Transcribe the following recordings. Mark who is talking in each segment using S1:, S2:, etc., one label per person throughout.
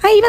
S1: iba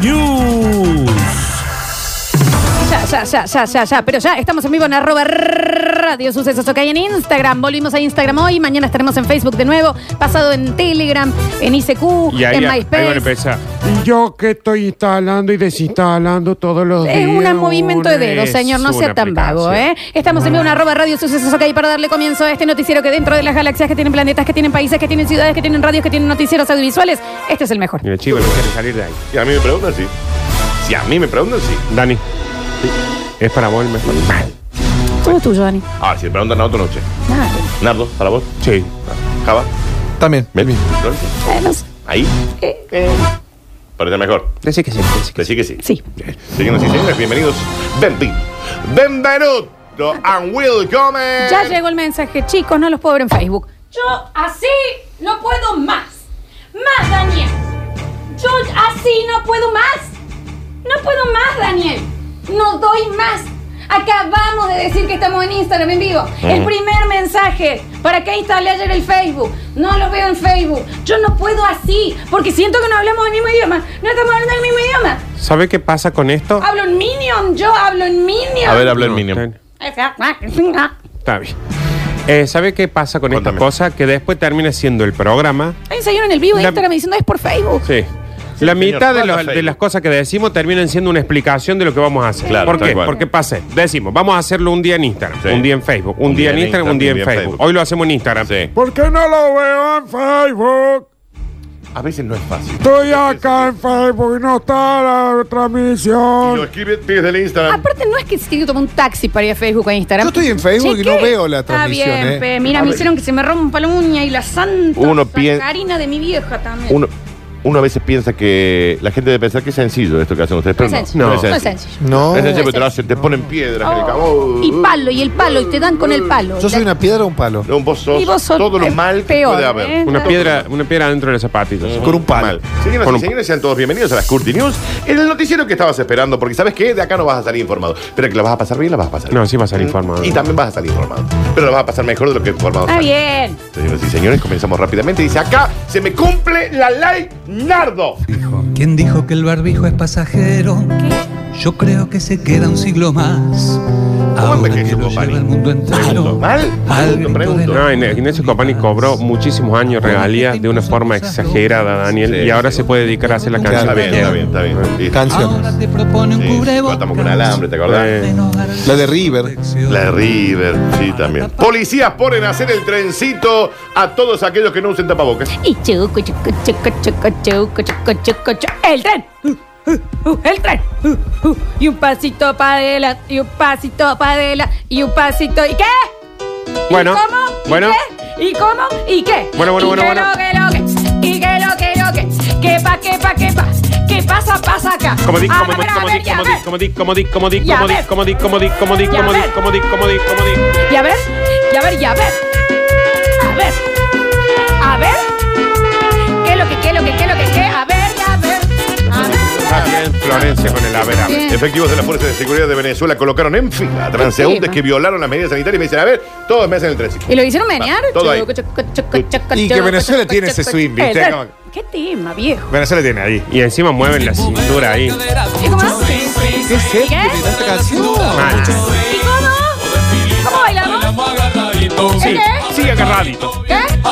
S2: News.
S1: Ya, ya, ya, ya, ya, ya. Pero ya estamos en vivo en arroba radio sucesos ok en Instagram. Volvimos a Instagram hoy. Mañana estaremos en Facebook de nuevo. Pasado en Telegram, en ICQ,
S3: Y ahí,
S1: en
S3: ahí van a
S1: MySpace.
S3: empezar.
S4: Y yo que estoy instalando y desinstalando todos los
S1: Es
S4: días.
S1: un movimiento de dedos,
S3: es
S1: señor, no sea
S3: una
S1: tan vago, ¿eh?
S3: aplicación. Ah.
S1: Estamos en vivo en arroba radio sucesos ok para darle comienzo a este noticiero que dentro de las galaxias que tienen planetas, que tienen países, que tienen ciudades, que tienen radios, que tienen noticieros audiovisuales, este es el mejor.
S3: Y los chicos no quieren salir de ahí.
S5: Y a mí me preguntan, sí. Si a mí me preguntan, sí.
S3: Dani, es para vos el mejor.
S1: Todo tuyo, Dani.
S5: Ah, si me preguntan a otro noche.
S1: Nada.
S5: Nardo, para vos. Ah,
S3: Sí.
S5: Java.
S6: También.
S5: Melvin.
S1: Menos.
S5: Ahí.
S1: Eh,
S5: Parece mejor.
S3: Decí que sí. decí que sí.
S5: Decir que sí.
S1: Sí.
S5: Señoras y señores, bienvenidos. Benvenido. Benvenuto and welcome.
S1: Ya llegó el mensaje, chicos, no los puedo ver en Facebook.
S7: Yo así no puedo más. Más, Daniel. Yo así no puedo más. No puedo más, Daniel. No doy más. Acabamos de decir que estamos en Instagram en vivo. El primer mensaje. ¿Para qué instalé ayer el Facebook? No lo veo en Facebook. Yo no puedo así. Porque siento que no hablamos el mismo idioma. No estamos hablando el mismo idioma.
S3: ¿Sabe qué pasa con esto?
S1: Ah.
S7: Hablo en Minion. Yo hablo en Minion.
S5: A ver, habla el Minion.
S3: Está- Está bien. Eh, ¿Sabe qué pasa con
S5: Contame.
S3: esta cosa? Que después termina siendo el programa.
S1: Hay un señor en el vivo de
S3: La-
S1: Instagram diciendo es por Facebook.
S3: Sí. la
S5: señor.
S3: mitad de,
S5: Ponlo
S3: los-
S5: a
S3: de
S5: Facebook.
S3: las cosas que decimos terminan siendo una explicación de lo que vamos a hacer.
S5: Claro,
S3: ¿Por
S5: tal
S3: qué?
S5: cual.
S3: Porque pasa, decimos, vamos a hacerlo un día en Instagram,
S5: Sí.
S3: un día en Facebook, un, día, en Instagram, un día en Facebook. Hoy lo hacemos en Instagram.
S5: Sí.
S4: ¿Por qué no lo veo en Facebook?
S5: A veces no es fácil.
S4: Estoy acá en Facebook y no está la
S5: Y Lo
S4: transmisión.
S5: escribe desde el Instagram.
S1: Aparte, no es que se tiene que tomar un taxi para ir a Facebook o Instagram.
S6: ah. Yo estoy en Facebook y no
S1: Chequé.
S6: veo la transmisión,
S1: Está bien,
S6: eh.
S1: pe. Mira,
S5: A
S1: me
S5: ver.
S1: hicieron que se me rompa la uña y la santa
S5: Uno pien-
S1: sacarina de mi vieja también.
S5: Uno, uno a veces piensa que la gente debe pensar que es sencillo esto que hacen ustedes, pero
S1: No es
S5: no.
S1: sencillo.
S5: No es
S1: No es
S5: sencillo.
S1: sencillo.
S6: No.
S5: No es sencillo, porque te lo hacen, te ponen piedras en el
S1: Oh,
S5: cabo.
S1: y palo, y el palo, y te dan con el palo.
S6: Yo soy
S1: La-
S6: una piedra o un palo.
S5: No, vos sos
S1: Y vos sos
S5: todo lo
S1: el
S5: mal que
S1: peor,
S5: puede haber.
S1: ¿eh?
S3: Una
S1: Ajá.
S3: piedra, una piedra dentro de los zapatillos.
S6: Con un palo.
S5: Mal. Señoras
S3: Con
S5: y
S3: un-
S5: señores, sean todos bienvenidos a las Curti News, el noticiero que estabas esperando, porque ¿sabes qué? De acá no vas a salir informado. Pero que la vas a pasar bien, la vas a pasar bien.
S3: No, sí vas a salir informado.
S5: Y también vas a salir informado. Pero la vas a pasar mejor de lo que informado.
S1: Está
S5: sales.
S1: bien.
S5: Señoras y señores, comenzamos rápidamente. Dice, acá se me cumple la ley Nardo.
S8: Mm. ¿Quién dijo que el barbijo es pasajero? Yo creo que se queda un siglo más. Ahora
S5: envejeció
S8: que lo
S5: Copani?
S8: lleva el mundo entero.
S5: ¿Mal?
S8: Al
S5: Pregunto,
S8: grito
S5: pregunto.
S8: de
S3: No,
S8: la-
S3: Ine- Ignacio Copani cobró muchísimos años regalías de una forma exagerada, Daniel,
S5: Sí,
S3: y ahora
S5: sí.
S3: se puede dedicar a hacer la
S6: Claro,
S3: canción.
S5: Está bien,
S3: que
S5: está
S3: quiera.
S5: bien, está bien. Listo.
S6: Canciones.
S8: Ahora te propone un
S5: Sí,
S8: cubreboca.
S5: matamos con alambre, ¿te acordás?
S3: Eh,
S6: La de River.
S5: La de River, sí, también. Policías ponen a hacer el trencito a todos aquellos que no usen tapabocas.
S1: Y chucu, chucu, chucu, chucu, chucu, chucu, chucu, chu- El tren. Uh, uh, uh, el tren. Uh, uh. Y un pasito para adelante, y un pasito para adelante, y un pasito. ¿Y qué?
S3: Bueno,
S1: ¿Y cómo? ¿Y
S3: bueno.
S1: qué? ¿Y cómo? ¿Y qué?
S3: Bueno, bueno,
S1: ¿Y
S3: bueno,
S1: qué
S3: bueno.
S1: lo que lo que? ¿Y qué lo que lo que? ¿Qué pa, qué pa, qué pa? ¿Qué pasa, pasa acá?
S3: Como di,
S1: A
S3: como di,
S1: ver, Ah, a
S3: como
S1: ver,
S3: di,
S1: y a
S3: como di,
S1: ver.
S3: como di, como di, como di,
S1: Y a
S3: como di,
S1: ver.
S3: como di, como di, como di,
S1: Y a
S3: como di,
S1: ver.
S3: como di, como di, como di.
S1: Y a ver, y a ver, y a ver. A ver. A ver. ¿Qué lo que, qué lo que, qué lo que, qué? A ver, y a ver. A ver.
S3: Está bien, Florencia con el haber. haber.
S1: Bien.
S5: Efectivos de la Fuerza de Seguridad de Venezuela colocaron en fila a transeúntes
S1: Encima.
S5: que violaron las medidas sanitarias y me dicen, a ver, todos me hacen el trencito.
S1: ¿Y lo hicieron menear?
S5: Va, todo ahí.
S1: Chucu, chucu, chucu, chucu,
S6: Y que
S1: chucu,
S6: Venezuela
S1: chucu,
S6: tiene
S1: chucu,
S6: ese swing,
S1: chucu.
S6: ¿viste?
S1: Eh,
S6: Como-
S1: ¿Qué tema, viejo?
S6: Venezuela tiene ahí.
S3: Y encima mueven la cintura ahí.
S1: ¿Y cómo? ¿Y
S6: ¿Qué es esto?
S1: qué?
S6: ¿Esta canción?
S3: Mal.
S1: ¿Y cómo? ¿Cómo bailamos?
S3: Sí,
S1: ¿Qué?
S3: sí, agarradito.
S1: ¿Qué? ¿Qué?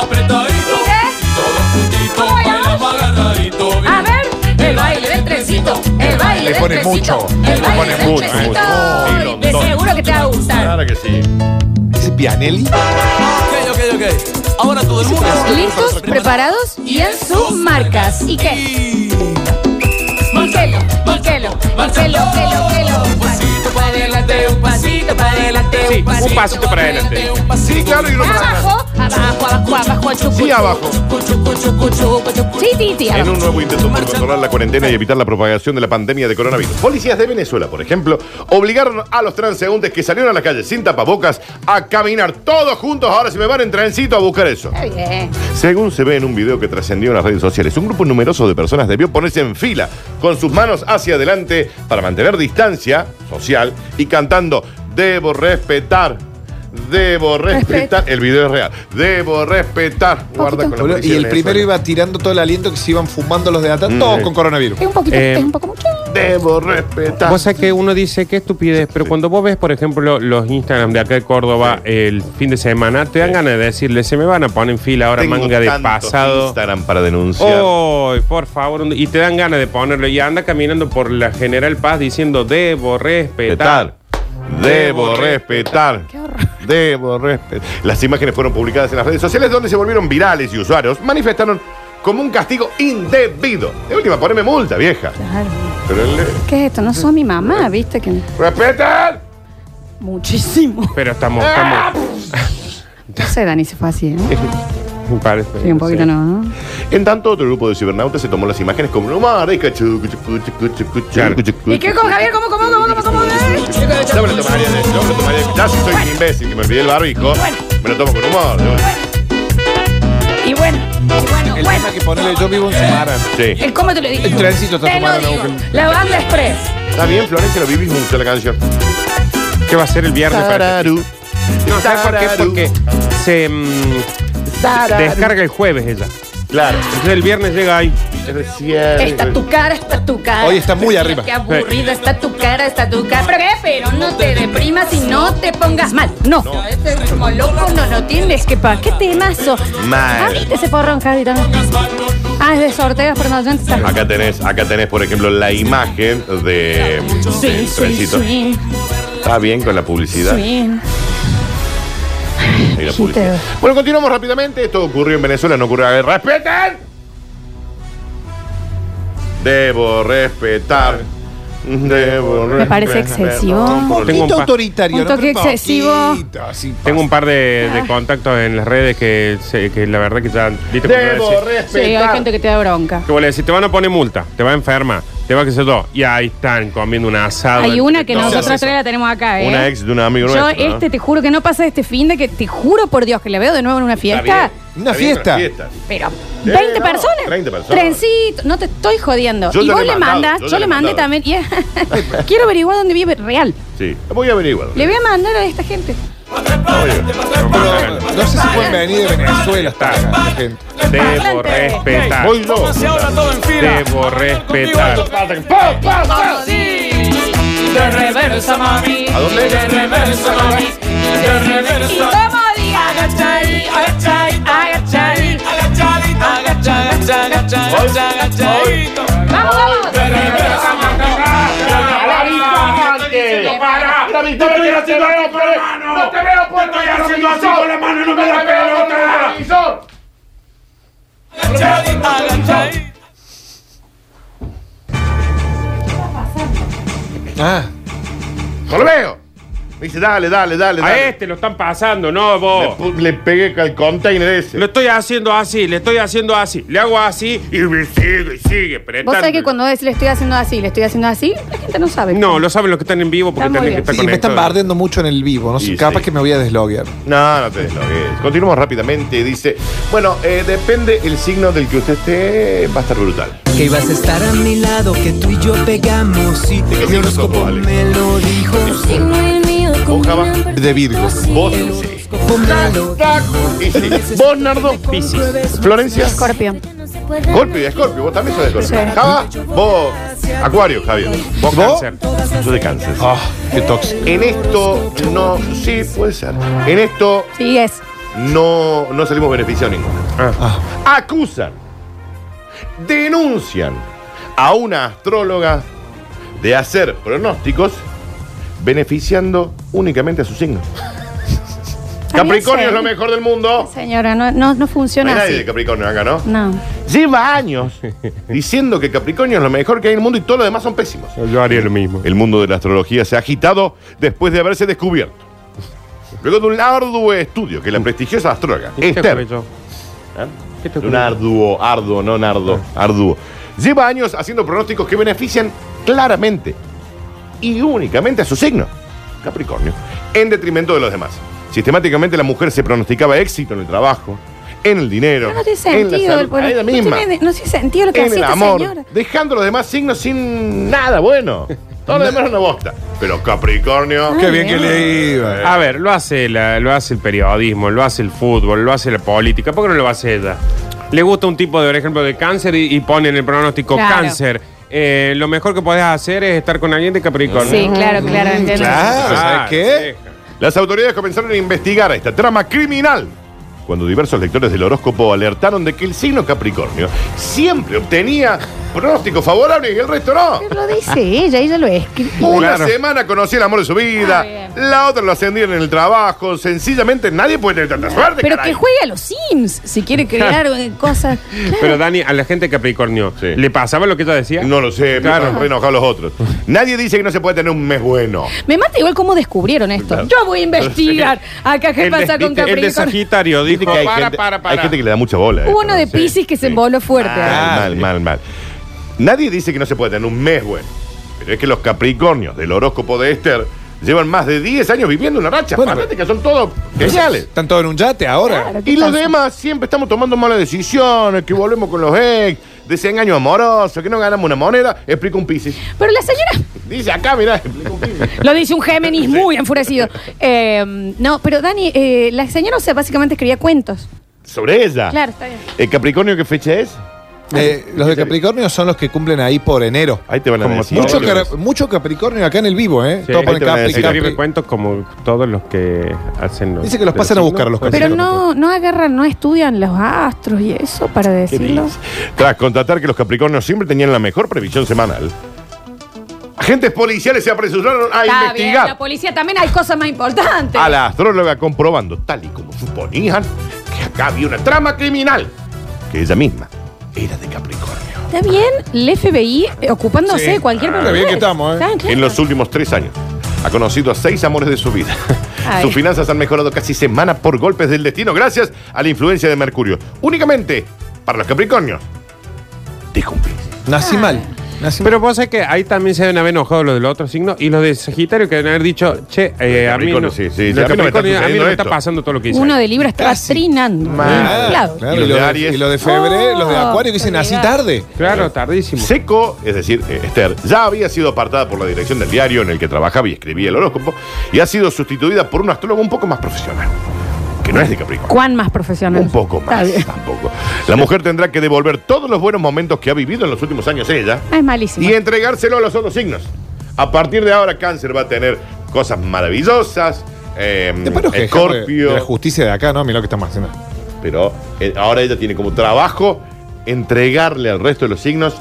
S1: ¿Cómo bailamos? A ver, el baile del trencito, el baile
S6: Le
S1: del
S6: pone
S1: trencito,
S6: mucho,
S1: el
S6: le
S1: baile
S6: pone
S1: del
S6: mucho,
S1: trencito.
S5: mucho.
S1: De seguro que te va a gustar.
S5: Claro que sí.
S6: ¿Es Pianelli?
S1: Listos, preparados y en sus marcas. ¿Y qué? Marcelo, Marcelo, Marcelo, Marcelo, Marcelo.
S9: pasito para adelante, un pasito
S10: pasito para adelante.
S3: Sí, un pasito para adelante.
S10: Un pasito.
S5: Sí, claro, y uno para atrás.
S1: Abajo.
S10: Abajo, abajo, abajo. chucu,
S5: Sí, abajo.
S10: chucu, chucu, chucu, chucu.
S1: Sí, sí, sí.
S5: En
S1: abajo.
S5: un nuevo intento por controlar la cuarentena y evitar la propagación de la pandemia de coronavirus, policías de Venezuela, por ejemplo, obligaron a los transeúntes que salieron a la calle sin tapabocas a caminar todos juntos. Ahora se me van en trencito a buscar eso.
S1: Está bien.
S5: Según se ve en un video que trascendió en las redes sociales, un grupo numeroso de personas debió ponerse en fila con sus manos hacia adelante para mantener distancia social y cantando Debo respetar, debo respetar. El video es real. Debo respetar. Guarda con la
S6: Boludo, Y
S5: policía
S6: el
S5: de
S6: primero
S5: Venezuela.
S6: iba tirando todo el aliento que se iban fumando los de atrás,
S5: Mm.
S6: todos con coronavirus.
S1: Es un poquito,
S3: Eh,
S1: Este es un poco mucho.
S5: Debo respetar.
S3: Vos sabés que uno dice qué estupidez, pero cuando vos ves, por ejemplo, los Instagram de acá de Córdoba el fin de semana, te dan ganas de decirle, se me van a poner en fila ahora
S5: Tengo
S3: manga de
S5: tantos
S3: pasado.
S5: Instagram para denunciar.
S3: Oh, por favor, y te dan ganas de ponerlo. Y anda caminando por la General Paz diciendo, debo respetar.
S5: respetar. Debo respetar. Debo respetar. Las imágenes fueron publicadas en las redes sociales donde se volvieron virales y usuarios manifestaron como un castigo indebido. De última, poneme multa, vieja.
S1: Claro.
S5: Pero el-
S1: ¿Qué es esto? No soy mi mamá, viste que.
S5: ¡Respetar!
S1: Muchísimo.
S3: Pero estamos, estamos.
S1: No sé, Dani, se fue así, ¿eh?
S3: me parece,
S1: Sí, un poquito
S3: sí.
S1: no, ¿no?
S5: En tanto, otro grupo de cibernautas se tomó las imágenes como un mar. ¿Y
S1: ¿Y qué con Javier? ¿Cómo, cómo, cómo, cómo, cómo? eh?
S5: Yo me lo tomaría de yo me lo tomaría de- Ya si soy un imbécil que me olvidé el barbijo, me lo tomo con humor. yo-
S1: Y bueno, y bueno,
S6: El
S1: bueno.
S6: tema que ponele, yo vivo en Sumara.
S5: Sí.
S1: El cómo te lo digo.
S6: El tránsito está
S1: Te lo
S6: tomando
S1: digo.
S6: la boca.
S1: La banda express.
S5: Está bien, Florencia, lo vivís mucho la canción.
S3: ¿Qué va a ser el viernes para ti? No, ¿sabes por qué? Porque se mm, descarga el jueves ella.
S5: Claro.
S3: Entonces el viernes llega ahí.
S5: Es cierto.
S1: Está tu cara, está tu cara.
S6: Hoy está muy arriba.
S1: Qué aburrida está tu cara, está tu cara. Pero qué, pero no te deprimas y no te pongas mal. No. No, este es como loco no no tienes que pagar. Qué temazo. Ah,
S5: Mal.
S1: A mí te se puede roncar, dirán. Ah, es de sorteos, pero no, ya está.
S5: Acá tenés, acá tenés, por ejemplo, la imagen de
S1: Swing,
S5: del
S1: swing,
S5: trencito.
S1: swing,
S5: Está bien con la publicidad.
S1: swing.
S5: Ahí la publicidad. Bueno, continuamos rápidamente. Esto ocurrió en Venezuela, no ocurrió. A ver, ¡Respeten! Debo respetar. Debo respetar.
S1: Me parece excesivo.
S6: Un
S3: Tengo un
S6: poquito
S3: pa-
S6: autoritario.
S1: un
S6: ¿no?
S1: toque
S6: Pero
S1: excesivo.
S6: poquito, así.
S3: Tengo un par de,
S1: Ah.
S3: de contactos en las redes que, se- que la verdad que ya.
S5: este
S3: ¿Viste cuando
S5: Debo
S3: decís-
S5: respetar.
S1: Sí, hay gente que te da bronca.
S3: que vos le decís, te van a poner multa, te va a enfermar, te va a que se todo. Y ahí están comiendo un asado.
S1: Hay
S3: entre
S1: una que
S3: todos.
S1: nosotros tres la tenemos acá, ¿eh?
S5: Una ex de un amigo
S1: Yo
S5: nuestro, ¿no?
S1: este te juro que no pasa este fin de que te juro por Dios que la veo de nuevo en una
S5: Está
S1: fiesta.
S5: bien,
S6: Una
S5: está bien,
S6: fiesta.
S1: Pero
S11: Eh,
S1: 20
S5: Eh, no,
S1: personas.
S5: 30 personas.
S1: Trencito, no te estoy jodiendo.
S5: Yo
S1: y
S5: ya
S1: vos
S5: le he
S1: le
S5: mandado,
S1: mandas,
S5: yo
S1: yo,
S5: ya le
S1: le
S5: he
S1: mandé
S5: mandado.
S1: también. y- Quiero averiguar dónde vive real.
S5: Sí, voy a averiguar.
S1: Le voy a mandar a esta gente.
S6: Pero no sé si pueden venir de Venezuela hasta acá, la gente.
S3: Debo
S1: Adelante.
S3: respetar.
S5: Voy yo.
S3: Debo respetar.
S10: De reversa, mami.
S5: ¿A dónde?
S10: De reversa, mami. De reversa. Agachai, agachai, agachai. Agachai, agachai, agachai, agachai, agachadito.
S1: Vamos, vamos.
S10: De reversa, mami. Agachai, agachai.
S6: Ah,
S5: ¡No lo veo! Me dice, dale, dale, dale,
S3: A
S5: dale.
S3: este lo están pasando, no
S5: Le,
S3: vos.
S5: pu- le pegué al container ese.
S3: Lo estoy haciendo así, le estoy haciendo así, le hago así y me sigue y sigue. pero
S1: Vos
S3: están-
S1: sabés que cuando ves, le estoy haciendo así, le estoy haciendo así, la gente no sabe.
S3: No, lo saben los que están en vivo porque
S1: Está muy
S3: tienen
S1: bien.
S3: que estar
S6: y me están
S3: conectados.
S6: bardeando mucho en el vivo. No sé,
S5: Y
S6: capaz
S5: sí.
S6: que me voy a desloguear.
S5: No, no te deslogues. Continuamos rápidamente. Dice, bueno, eh, depende el signo del que usted esté, va a estar brutal.
S10: Que ibas a estar a mi lado, que tú y yo pegamos y
S5: qué signo sos vos, Ale?
S10: me lo dijo.
S5: Vos, Java,
S6: De Virgo.
S5: vos, sí.
S10: Póngalo.
S5: Y sí. Vos, Nardo, Piscis. Florencia,
S1: Escorpio.
S5: Scorpio, Scorpio. Vos también sos de Scorpio.
S1: Sí.
S5: Java, vos, Acuario, Javier.
S3: Vos, cáncer.
S5: Yo de cáncer.
S6: Ah, qué tóxico.
S5: En esto no. Sí, puede ser. En esto
S1: Sí, es.
S5: no, no salimos beneficiados ninguno. Ah. Acusan, denuncian a una astróloga de hacer pronósticos beneficiando únicamente a su signo. Capricornio es
S11: Daniel,
S5: lo mejor del mundo.
S11: Señora, no, no, no
S5: No
S11: funciona
S5: hay nadie de
S11: así.
S5: Capricornio acá, ¿no?
S11: No.
S5: Lleva años diciendo que Capricornio es lo mejor que hay en el mundo y todos los demás son pésimos.
S3: Yo haría lo mismo.
S5: El mundo de la astrología se ha agitado después de haberse descubierto. Luego de un arduo estudio que la prestigiosa astróloga
S3: Mm. ¿Qué te
S5: Esther
S3: ocurre yo?
S5: ¿Eh?
S3: ¿Qué te Ah.
S5: Un
S3: ocurre?
S5: arduo, arduo, no nardo, arduo. Lleva años haciendo pronósticos que benefician claramente y únicamente a su signo, Capricornio, en detrimento de los demás. Sistemáticamente la mujer se pronosticaba éxito en el trabajo, en el dinero,
S11: No, no tiene
S5: en la
S11: sentido.
S5: salud,
S11: el pueblo.
S5: a ella
S11: no,
S5: misma,
S11: tiene, no tiene sentido lo que este
S5: en
S11: hace
S5: el
S11: esta
S5: amor,
S11: señora.
S5: dejando los demás signos sin nada bueno. Todo lo demás es una bosta. Pero Capricornio...
S6: Qué bien que le iba.
S3: A ver, lo hace, la- lo hace el periodismo, lo hace el fútbol, lo hace la política. ¿Por qué no lo hace ella? Le gusta un tipo, de, por ejemplo, de cáncer y, y pone en el pronóstico
S11: Claro.
S3: cáncer. Eh, lo mejor que podés hacer es estar con alguien de Capricornio.
S11: Sí, claro, claro, entiendo.
S6: Claro,
S3: Ah,
S6: ¿sabes qué?
S3: sí.
S5: Las autoridades comenzaron a investigar esta trama criminal cuando diversos lectores del horóscopo alertaron de que el signo Capricornio siempre obtenía pronósticos favorables y el resto no.
S11: Pero lo dice ella, ella lo escribe.
S5: Una semana conocía el amor de su
S11: Ah,
S5: vida,
S11: bien.
S5: la otra lo ascendían en el trabajo. Sencillamente nadie puede tener tanta suerte.
S11: Pero
S5: caray.
S11: que juegue a los Sims si quiere crear eh, cosas. Claro.
S3: Pero Dani, a la gente de Capricornio,
S5: Sí.
S3: ¿le pasaba lo que ella decía?
S5: No lo sé,
S3: Claro.
S5: claro. enojados los otros. Nadie dice que no se puede tener un mes bueno.
S11: Me mata igual cómo descubrieron esto.
S5: Claro.
S11: Yo voy a investigar acá qué
S3: El
S11: pasa
S3: de-
S11: con
S3: El de
S11: Capricornio.
S3: Sagitario dijo,
S5: Viste que hay,
S3: para,
S5: gente,
S3: para, para.
S5: hay gente que le da mucha bola. a esto,
S11: Hubo uno
S5: ¿no?
S11: de
S5: Sí,
S11: Pisces que se
S5: sí.
S11: emboló fuerte.
S5: Ah, mal, mal, mal. Nadie dice que no se puede tener un mes bueno. Pero es que los Capricornios del horóscopo de Esther llevan más de 10 años viviendo una racha.
S6: Bueno,
S5: Aparte que son todos geniales.
S6: Están todos en un yate ahora.
S11: Claro, ¿qué
S5: Y los
S11: pasa?
S5: demás siempre estamos tomando malas decisiones, que volvemos con los ex, desengaño amoroso, que no ganamos una moneda. Explica un piscis.
S11: Pero la señora
S5: Dice acá, mirá, explica un piscis.
S11: lo dice un Géminis muy enfurecido. Eh, no, pero Dani, eh, la señora, o sea, básicamente escribía cuentos.
S5: Sobre ella.
S11: Claro, está bien.
S5: ¿El Capricornio qué fecha es?
S6: Eh, los de Capricornio son los que cumplen ahí por enero.
S5: Ahí te van a
S3: Como
S5: decir.
S6: Mucho,
S5: Ahora
S6: cara- mucho Capricornio acá en el vivo, ¿eh?
S3: Sí,
S6: Todos ponen
S5: ahí te van a
S6: Capri,
S5: decir.
S6: Capri.
S3: Escribe cuentos como todos los que hacen los.
S6: Dice que los
S3: de
S6: pasan a
S3: signos.
S6: buscar los
S3: Puede
S11: Pero
S3: ser.
S11: no, no agarran, no estudian los astros y eso para
S5: ¿Qué
S11: decirlo.
S5: dice? Tras contratar que los Capricornios siempre tenían la mejor previsión semanal, agentes policiales se apresuraron a
S11: Está bien,
S5: investigar
S11: la policía también hay cosas más importantes.
S5: a la astróloga comprobando, tal y como suponían, que acá había una trama criminal, que ella misma era de Capricornio.
S11: Está bien el FBI eh, ocupándose
S6: Sí.
S11: de cualquier
S6: Ah,
S11: problema.
S6: bien que estamos, ¿eh?
S5: En los últimos tres años, ha conocido a seis amores de su vida.
S11: Ay.
S5: Sus finanzas han mejorado casi semana por golpes del destino gracias a la influencia de Mercurio. Únicamente para los Capricornios. Dijo un pis.
S6: Nací mal. Nací
S3: Pero vos sabés que ahí también se deben haber enojado los del otro signo y los de Sagitario que deben haber dicho, che, eh, a mí
S5: Capricornio,
S3: no,
S5: sí, sí, sí,
S3: los
S5: a mí no me está
S3: Capricornio, a mí no
S5: sucediendo
S3: me está
S5: esto.
S3: pasando todo lo que hice.
S11: Uno de Libra estaba
S6: Casi.
S11: trinando.
S6: mal.
S11: Claro.
S6: Ah,
S5: ah,
S6: Claro,
S5: Y
S6: Y
S5: los
S6: los
S5: de
S6: de,
S5: Aries.
S6: y los de febrero,
S11: Oh,
S6: los de Acuario que dicen nací
S11: olvidate.
S6: tarde.
S3: Claro, tardísimo.
S5: Seco, es decir, eh, Esther, ya había sido apartada por la dirección del diario en el que trabajaba y escribía el horóscopo y ha sido sustituida por un astrólogo un poco más profesional, que no es de Capricornio.
S11: ¿Cuán más profesional?
S5: Un poco más, tampoco. La mujer tendrá que devolver todos los buenos momentos que ha vivido en los últimos años ella
S11: Ah, es malísimo.
S5: y entregárselo a los otros signos. A partir de ahora, Cáncer va a tener cosas maravillosas, eh,
S6: Después nos quejamos de- de
S5: Escorpio,
S6: la justicia de acá, ¿no? Mira lo que estamos haciendo.
S5: pero eh, ahora ella tiene como trabajo entregarle al resto de los signos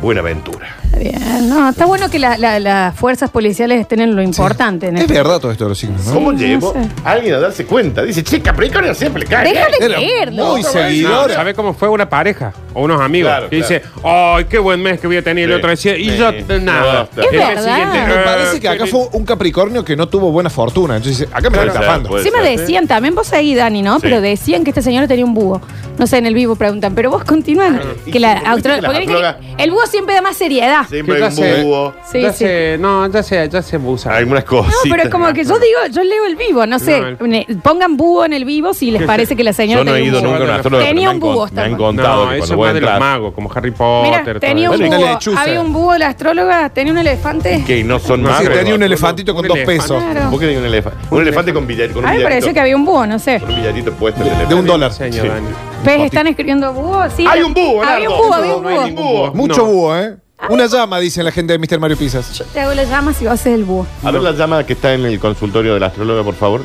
S5: buena aventura.
S11: Está bien. No, está bueno que la- la- las fuerzas policiales estén en lo importante. en este
S6: Es
S11: esto.
S6: verdad todo esto de los signos, ¿no?
S5: ¿Cómo
S11: Sí,
S5: llevo
S11: no sé.
S5: a alguien a darse cuenta? Dice, che, Capricornio siempre le cae.
S11: Deja
S5: bien".
S11: de
S6: Era
S11: creerlo.
S6: muy
S3: No,
S6: seguidora.
S3: ¿Sabes cómo fue una pareja o unos amigos?
S5: Claro,
S3: que
S5: claro.
S3: dice, ¡ay, qué buen mes que voy a tener! Y
S5: Sí.
S3: el otro decía, y
S5: Sí.
S3: yo eh, nada.
S5: No, Es
S3: El mes
S11: verdad.
S3: siguiente,
S6: Me
S5: Ah,
S3: eh,
S6: parece que acá
S3: feliz-
S6: fue un Capricornio que no tuvo buena fortuna. Entonces, dice, acá me
S5: Puede
S6: están
S5: ser,
S6: estafando.
S5: puede
S11: Sí me
S5: ser.
S11: decían también, vos ahí, Dani, ¿no?
S5: Sí.
S11: Pero decían que este señor tenía un búho. No sé, en el vivo preguntan, pero vos continúan.
S5: Ah,
S11: Que la,
S5: ¿Viste que
S11: austro-
S5: la
S11: porque viste que
S5: astróloga-
S11: el búho siempre da más seriedad.
S5: Siempre hay
S3: ¿Qué clase?
S5: un búho,
S11: Sí,
S3: ya
S11: sí.
S3: se- no, ya se, ya se abusa.
S5: algunas cosas.
S11: No, pero es como que yo digo, yo leo el vivo, no sé.
S3: No, el-
S11: ne- Pongan búho en el vivo si les parece que la señora
S5: Yo no he
S11: tenía
S5: ido
S11: un búho.
S5: nunca a un
S3: Tenía
S5: astrólogo. pero me
S11: un
S5: han
S11: búho,
S5: con- Me han
S11: estaba.
S5: contado
S3: No,
S5: que
S3: eso
S5: cuando
S3: es
S5: voy a
S3: más de los
S5: entrar,
S3: magos, como Harry
S11: Mira,
S3: Potter. todo
S11: tenía un
S3: eso.
S6: Dale, dale,
S11: búho.
S6: lechuza.
S11: Había un búho, la astróloga, tenía un elefante.
S5: que no son
S3: Sí,
S6: Sí,
S5: magos.
S6: tenía un elefantito con
S3: Un
S6: dos
S3: elefante.
S6: pesos.
S11: Claro.
S5: ¿Por qué tenía un elefante? Un elefante con billete, con
S11: A
S5: un
S11: mí me pareció que
S5: billetito.
S11: había un búho, no sé.
S5: Con un billetito puesto en el
S6: De un
S5: elefante.
S6: dólar.
S3: Señor
S5: Sí.
S3: Dani.
S11: ¿Ves? Están escribiendo búho, sí.
S5: Hay un búho,
S11: Había un
S5: Nardo.
S11: búho, había un
S5: No hay
S11: búho.
S5: ningún búho.
S6: Mucho
S3: No.
S6: búho, ¿eh? Una llama, dice la gente de Mr. Mario Pisas.
S11: Yo te hago las llamas y vos haces el búho.
S5: A ver la llamada que está en el consultorio del astrólogo, por favor.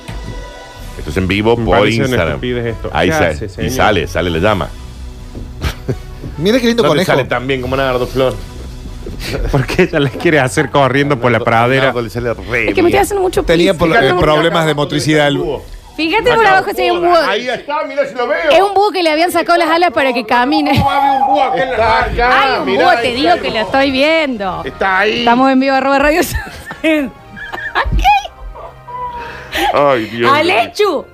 S5: Esto es en vivo
S3: Me
S5: por
S3: parece una
S5: Instagram.
S3: estupidez esto.
S5: Ahí
S3: ¿Qué
S5: sale.
S3: hace,
S5: y
S3: señor?
S5: sale, sale la llama.
S6: Mira qué lindo
S5: No te
S6: conejo.
S5: sale tan bien como Nardo Flor.
S3: Porque ella las quiere hacer corriendo por la pradera.
S5: Nardo le sale re
S11: Es que me estoy
S5: bien.
S11: haciendo mucho
S6: Tenía
S11: pis.
S6: por-
S5: Fíjate
S6: eh,
S5: cómo
S6: problemas
S5: está acá,
S6: de
S5: cómo
S6: motricidad
S5: está el
S6: el-
S5: búho.
S11: Fíjate por abajo si hay un búho.
S5: Ahí está, mirá si lo veo.
S11: Es un búho que le habían sacado las alas para que camine.
S5: ¿Cómo abre un búho acá en la radio?
S11: Hay un
S5: Ah, Mirá,
S11: búho,
S5: ahí Este
S11: te
S5: está
S11: digo
S5: el
S11: que lo
S5: búho.
S11: estoy viendo.
S5: Está ahí.
S11: Estamos en vivo arroba radio. Saben.
S5: Ay, Dios.
S11: Alechu,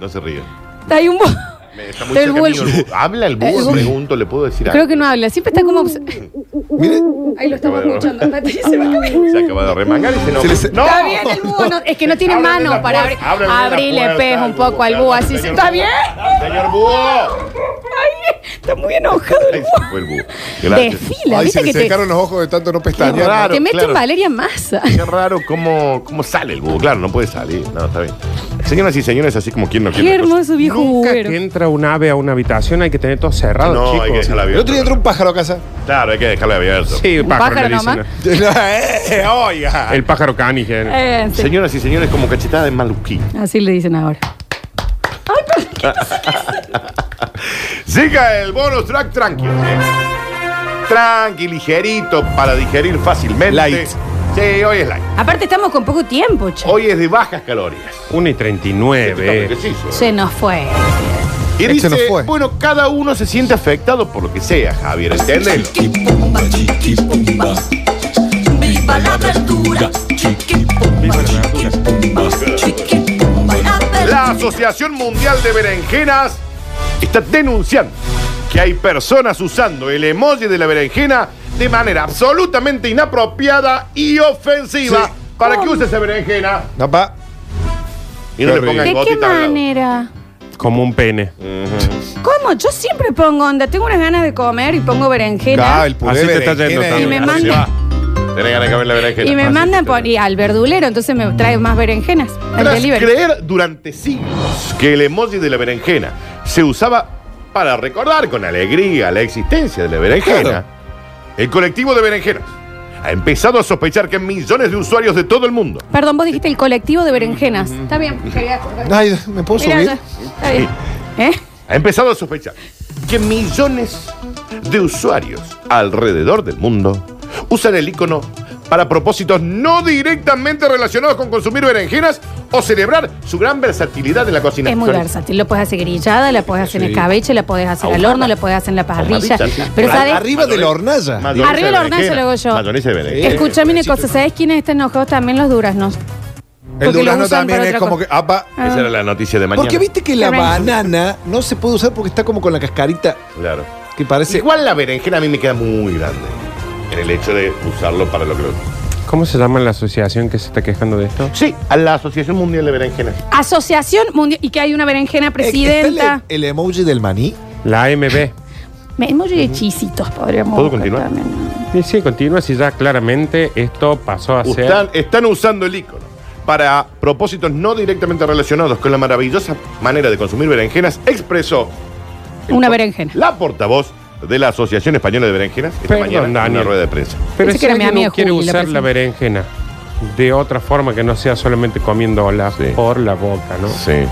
S5: No se ríe.
S11: hay un búho.
S5: Me- Está muy
S11: Del
S5: cerca
S11: búho.
S5: mío el búho. ¿Habla el
S11: El
S5: búho?
S11: búho.
S5: Pregunto, ¿le puedo decir
S11: Creo
S5: algo?
S11: que no habla, siempre está como.
S5: Mm.
S11: obs-
S6: Mire,
S11: Ahí lo estamos escuchando. Patricia, se va a caer.
S5: Se acaba de remangar y se nos...
S6: Se les-
S5: ¡No!
S11: Está bien el búho, no- es que no tiene
S5: Ábrele
S11: mano
S5: la
S11: para abrir.
S5: puerta, ábrele la
S11: Abrile
S5: puerta
S11: pez
S5: al
S11: un poco al búho, así se.
S5: señor
S11: ¿Está
S5: búho.
S11: bien?
S5: ¡Señor búho!
S11: Ay, está muy enojado el
S5: Ahí
S11: búho.
S5: se fue el búho. Gracias.
S11: Desfila,
S6: ay,
S11: viste
S6: se le
S11: que te.
S6: secaron los ojos de tanto no
S5: Qué
S6: pestañear.
S5: raro.
S11: Te mete
S5: claro.
S11: en Valeria Massa.
S5: Qué raro cómo, cómo sale el búho. Claro, no puede salir. No, está bien. Señoras y señores, así como quien no quiere.
S11: Qué hermoso viejo
S3: Nunca
S11: búhero.
S3: que entra un ave a una habitación hay que tener todo cerrado,
S5: No, hay que
S3: chicos.
S5: dejarla
S6: El
S5: abierta.
S6: otro día entró un pájaro a casa.
S5: Claro, hay que dejarla abierta.
S3: Sí,
S11: Un
S3: pájaro,
S11: pájaro
S3: le dicen.
S11: nomás.
S6: Eh, oiga.
S3: El pájaro canije.
S11: Eh, sí.
S5: Señoras y señores, como cachetada de maluquín.
S11: Así le dicen ahora.
S5: Siga el bonus track tranquilo. ¿eh? Tranqui, ligerito, para digerir fácilmente.
S6: Light.
S5: Sí, hoy es light.
S11: Aparte, estamos con poco tiempo, che.
S5: Hoy es de bajas calorías.
S3: 1 y 39.
S5: ¿Qué se hizo?
S11: Se nos fue.
S5: Y
S6: Este
S5: dice,
S6: no fue.
S5: bueno, cada uno se siente afectado por lo que sea, Javier, ¿entendés?
S12: Viva la verdura,
S5: La Asociación Mundial de Berenjenas está denunciando que hay personas usando el emoji de la berenjena de manera absolutamente inapropiada y ofensiva
S6: Sí.
S5: para que use esa berenjena
S6: No, pa.
S5: y no le
S6: Terrible.
S5: pongan
S11: ¿De qué
S5: gotita al lado.
S11: manera?
S3: Como un pene.
S11: ¿Cómo? Yo siempre pongo onda. Tengo unas ganas de comer y pongo berenjena.
S6: Ah, el puré
S3: Así te
S6: de
S3: está yendo
S6: berenjena.
S11: y me
S3: también.
S5: Así
S11: mandan,
S5: va. Tenés ganas de comer la berenjena.
S11: y me
S5: Así
S11: mandan
S5: te-
S11: por, y al verdulero, entonces me trae más berenjenas. Al
S5: Tras
S11: delivery.
S5: creer durante siglos que el emoji de la berenjena se usaba para recordar con alegría la existencia de la berenjena,
S6: Claro.
S5: el colectivo de berenjenas ha empezado a sospechar que millones de usuarios de todo el mundo
S11: Perdón, vos dijiste el colectivo de berenjenas. Está bien, quería acordar.
S6: Ay, ¿me puedo
S11: Mira,
S6: subir?
S11: ya, está bien. ¿Eh?
S5: ha empezado a sospechar que millones de usuarios alrededor del mundo usan el icono para propósitos no directamente relacionados con consumir berenjenas o celebrar su gran versatilidad en la cocina.
S11: Es muy
S5: Sorry.
S11: versátil. Lo puedes hacer grillada, la puedes hacer en escabeche, la puedes hacer al
S5: Ahumada.
S11: horno, la puedes hacer en la parrilla.
S5: Ahumadita, sí.
S11: Pero
S5: Pero
S11: sabes,
S6: Arriba de la hornalla.
S5: Mayonesa
S11: Arriba la
S5: de
S11: hornalla
S5: berenjena.
S11: lo hago yo.
S5: Mayonesa de berenjena.
S11: escúchame una cosa, ¿sabes quiénes están enojados también los duraznos? Porque
S6: El
S11: lo
S6: durazno
S11: usan
S6: también
S11: para
S6: es
S11: otra
S6: como
S11: cosa.
S6: que. apa.
S5: Esa era la noticia de mañana.
S6: Porque viste que la
S11: Qué bueno.
S6: banana no se puede usar porque está como con la cascarita
S5: Claro.
S6: que parece. Eh,
S5: Igual la berenjena a mí me queda muy grande. En el hecho de usarlo para lo que lo...
S3: ¿Cómo se llama la asociación que se está quejando de esto?
S5: Sí, a la Asociación Mundial de Berenjenas.
S11: Asociación Mundial. Y que hay una berenjena
S6: Eh,
S11: presidenta.
S6: ¿está El, el emoji del maní.
S3: La AMB.
S11: Me hemos de hechicitos, podríamos.
S5: ¿Puedo
S11: buscar
S5: continuar?
S11: también.
S3: Y sí, continúa si ya claramente esto pasó a ser.
S5: Están, están usando el icono para propósitos no directamente relacionados con la maravillosa manera de consumir berenjenas, expresó
S11: Una berenjena.
S5: la portavoz de la Asociación Española de Berenjenas esta
S3: Perdón,
S5: mañana en una
S3: Daniel.
S5: rueda de prensa.
S3: Pero
S11: Pensé
S3: si
S11: que era mi pues,
S3: alguien
S11: amiga
S3: quiere
S11: Juli, la
S3: usar
S11: persona.
S3: la berenjena de otra forma que no sea solamente comiéndola
S5: Sí.
S3: por la boca, ¿no?
S5: Sí.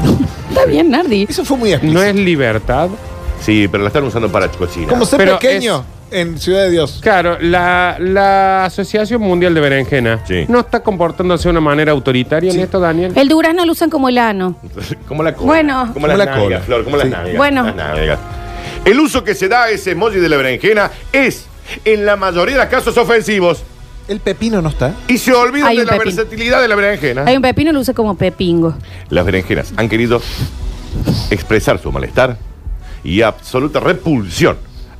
S11: Está bien, Nardi.
S6: Eso fue muy explícito.
S3: No es libertad.
S5: Sí, pero la están usando para cocina.
S6: Como ser
S3: Pero
S6: pequeño en Ciudad de Dios.
S3: Claro, la, la Asociación Mundial de Berenjena
S5: Sí.
S3: no está comportándose de una manera autoritaria en esto, Daniel.
S11: El durazno lo usan como el ano.
S5: Como la cola.
S11: Bueno.
S5: Como las
S6: Como la
S5: nalgas,
S6: cola.
S5: Flor, como las nalgas,
S11: Bueno.
S5: las nalgas. El uso que se da a ese emoji de la berenjena es, en la mayoría de los casos, ofensivos.
S6: El pepino no está.
S5: Y se olvidan
S11: Hay
S5: de
S11: un
S5: la
S11: pepín.
S5: versatilidad de la berenjena.
S11: Hay un pepino lo usa como pepingo.
S5: Las berenjenas han querido expresar su malestar y absoluta repulsión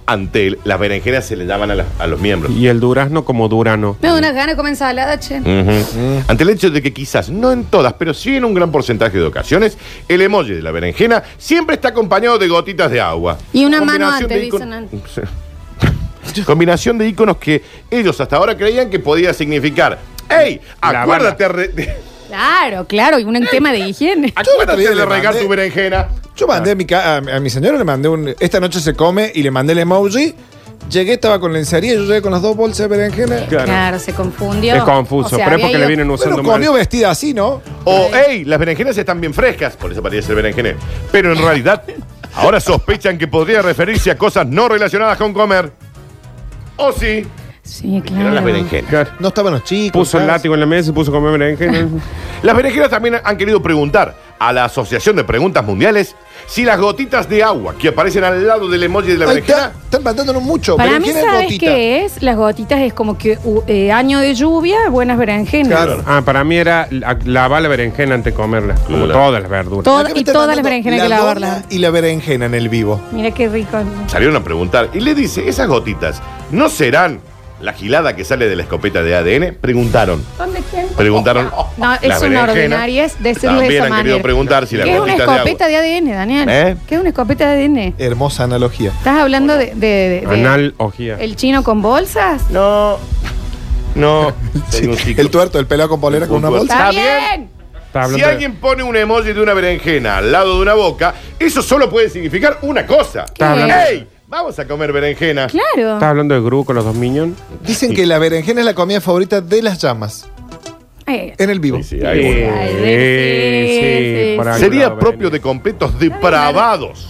S5: ante el- las berenjenas se le llaman a, las- a los miembros.
S3: Y el durazno como durano.
S11: Me da unas ganas de comer ensalada, che.
S5: Mm. Ujú. Ante el hecho de que quizás, no en todas, pero sí en un gran porcentaje de ocasiones, el emoji de la berenjena siempre está acompañado de gotitas de agua.
S11: Y una mano
S5: Combinación
S11: antes,
S5: de icon-
S11: dicen antes.
S5: Sí. Combinación de iconos que ellos hasta ahora creían que podía significar. ¡Ey!
S3: La
S5: Acuérdate, re- de-
S11: Claro, claro, y un tema de higiene.
S5: acuérdate
S6: Yo
S5: de
S6: le
S5: regar
S6: mandé-
S5: tu berenjena.
S6: Yo mandé a mi, ca- a, a mi señora, le mandé un. Esta noche se come y le mandé el emoji. Llegué, estaba con lencería, yo llegué con las dos bolsas de berenjena.
S11: Claro, se confundió.
S3: Es confuso,
S11: O sea,
S3: pero es
S11: había
S3: porque le
S11: ido-
S3: vienen
S6: Pero
S3: usando mal.
S6: comió vestida así, ¿no?
S5: O, ¡Ey! Las berenjenas están bien frescas. Por eso parece ser berenjena. Pero en realidad, ahora sospechan que podría referirse a cosas no relacionadas con comer. O sí,
S11: Sí,
S5: Eran
S11: claro.
S5: las berenjenas.
S6: No estaban los chicos.
S3: Puso el
S6: ¿sabes?
S3: látigo en la mesa y puso a comer berenjena.
S5: Las berenjenas también han querido preguntar a la Asociación de Preguntas Mundiales si las gotitas de agua que aparecen al lado del emoji de la
S6: Ahí está,
S5: berenjena.
S6: están matándonos mucho.
S11: Para mí,
S6: berenjena es
S11: ¿sabes
S6: gotita.
S11: qué es? Las gotitas es como que u- eh, año de lluvia, buenas berenjenas.
S6: Claro.
S3: Ah, para mí era la- lavar la berenjena antes de comerla, como
S5: Claro.
S3: todas las verduras.
S11: Toda-
S6: Acá me
S11: y
S6: están
S11: todas las
S6: mandando
S11: berenjenas hay
S6: la
S11: que
S6: dona
S11: lavarlas.
S6: Y la berenjena en el vivo.
S11: Mira qué rico.
S5: Salieron a preguntar y le dice, ¿esas gotitas no serán la gilada que sale de la escopeta de ADN? Preguntaron.
S1: ¿Dónde quieren?
S5: Preguntaron.
S11: No,
S5: las
S11: es una
S5: berenjenas
S11: ordinaria, es decirlo de
S5: También
S11: esa
S5: han querido
S11: manera.
S5: preguntar si las
S11: ¿Qué es una
S5: gotitas de agua.
S11: escopeta de ADN, Daniel?
S5: ¿Eh?
S11: ¿Qué es una escopeta de ADN?
S6: Hermosa analogía.
S11: ¿Estás hablando de, de- de- de-
S3: Anal ojía.
S11: el chino con bolsas?
S5: No. No. Tengo un
S6: Sí,
S5: ciclo.
S6: el tuerto, el pelado con polera con
S5: Un
S6: una
S5: tuerto. Está
S6: bolsa.
S11: ¡Está bien!
S5: bien.
S3: Está hablando
S5: Si
S3: de-
S5: alguien pone un emoji de una berenjena al lado de una boca, eso solo puede significar una cosa.
S11: ¿Qué? hablando de-
S5: ¡Ey! Vamos a comer berenjena.
S3: ¿Estás
S11: Claro.
S3: hablando de Gru con los dos minions?
S6: Dicen que la berenjena es la comida favorita de las llamas.
S11: Eh,
S6: En el vivo.
S5: Sí, sí, hay un-
S11: Ay, sí, sí, sí.
S3: por algún
S5: Sería
S3: lado
S5: propio de
S3: venía.
S5: completos depravados.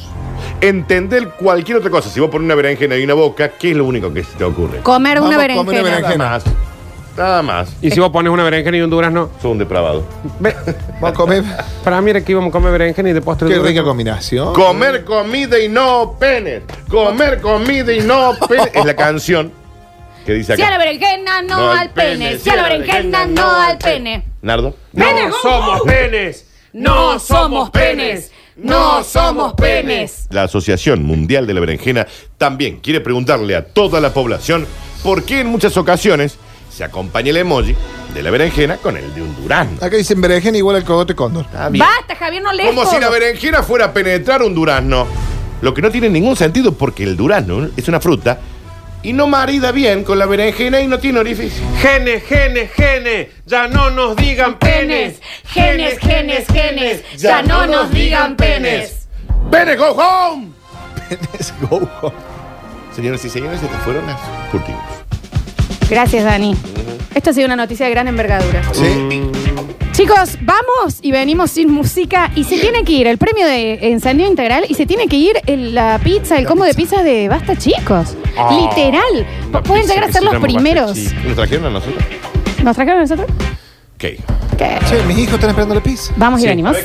S5: Entender cualquier otra cosa. Si vos pones una berenjena y una boca, ¿qué es lo único que se te ocurre?
S11: Comer una
S6: Vamos, comer una
S11: berenjena.
S5: Nada más. Nada más.
S3: Y si vos pones una berenjena y un durazno,
S5: Sos un depravado.
S3: ve,
S6: Vamos a comer.
S3: para mí era que íbamos a comer berenjena y de postre
S6: Qué
S3: durazno.
S6: rica combinación.
S5: Comer comida y no penes. Comer comida y no penes. Es la canción que dice
S11: Si a la
S5: acá.
S11: berenjena, no, al pene. Si a la berenjena, no al pene.
S5: Nardo.
S11: ¡Penes!
S3: somos penes!
S11: No somos penes. No somos penes.
S5: La Asociación Mundial de la Berenjena también quiere preguntarle a toda la población por qué en muchas ocasiones se acompaña el emoji de la berenjena con el de un durazno.
S6: Acá dicen berenjena igual al cogote cóndor.
S5: Está bien.
S11: Basta, Javier, no lees
S5: Como si
S11: todo.
S5: la berenjena fuera a penetrar un durazno. Lo que no tiene ningún sentido porque el durazno es una fruta y no marida bien con la berenjena y no tiene orificio.
S3: Gene, gene, gene, ya no nos digan
S11: Penes, genes, genes, genes. Ya no nos digan penes.
S5: ¡Pene, go home!
S6: Es go.
S5: Señoras y señores, estas fueron las curtidas.
S11: Gracias, Dani. Esto ha sido una noticia de gran envergadura.
S6: Sí.
S11: Chicos, vamos y venimos sin música y se tiene que ir el premio de encendido integral y se tiene que ir el- la pizza, el combo de pizza de Basta Chicos.
S3: Ah,
S11: Literal.
S3: una
S11: P- Pueden
S3: pizza
S11: llegar a
S3: que
S11: ser
S3: se
S11: los
S3: llama Basta
S11: primeros.
S3: Chicos.
S5: ¿Nos trajeron a nosotros?
S11: ¿Nos trajeron a nosotros?
S5: ¿Qué?
S11: ¿Qué?
S6: Che, mis hijos están esperando la pizza.
S11: Vamos y venimos.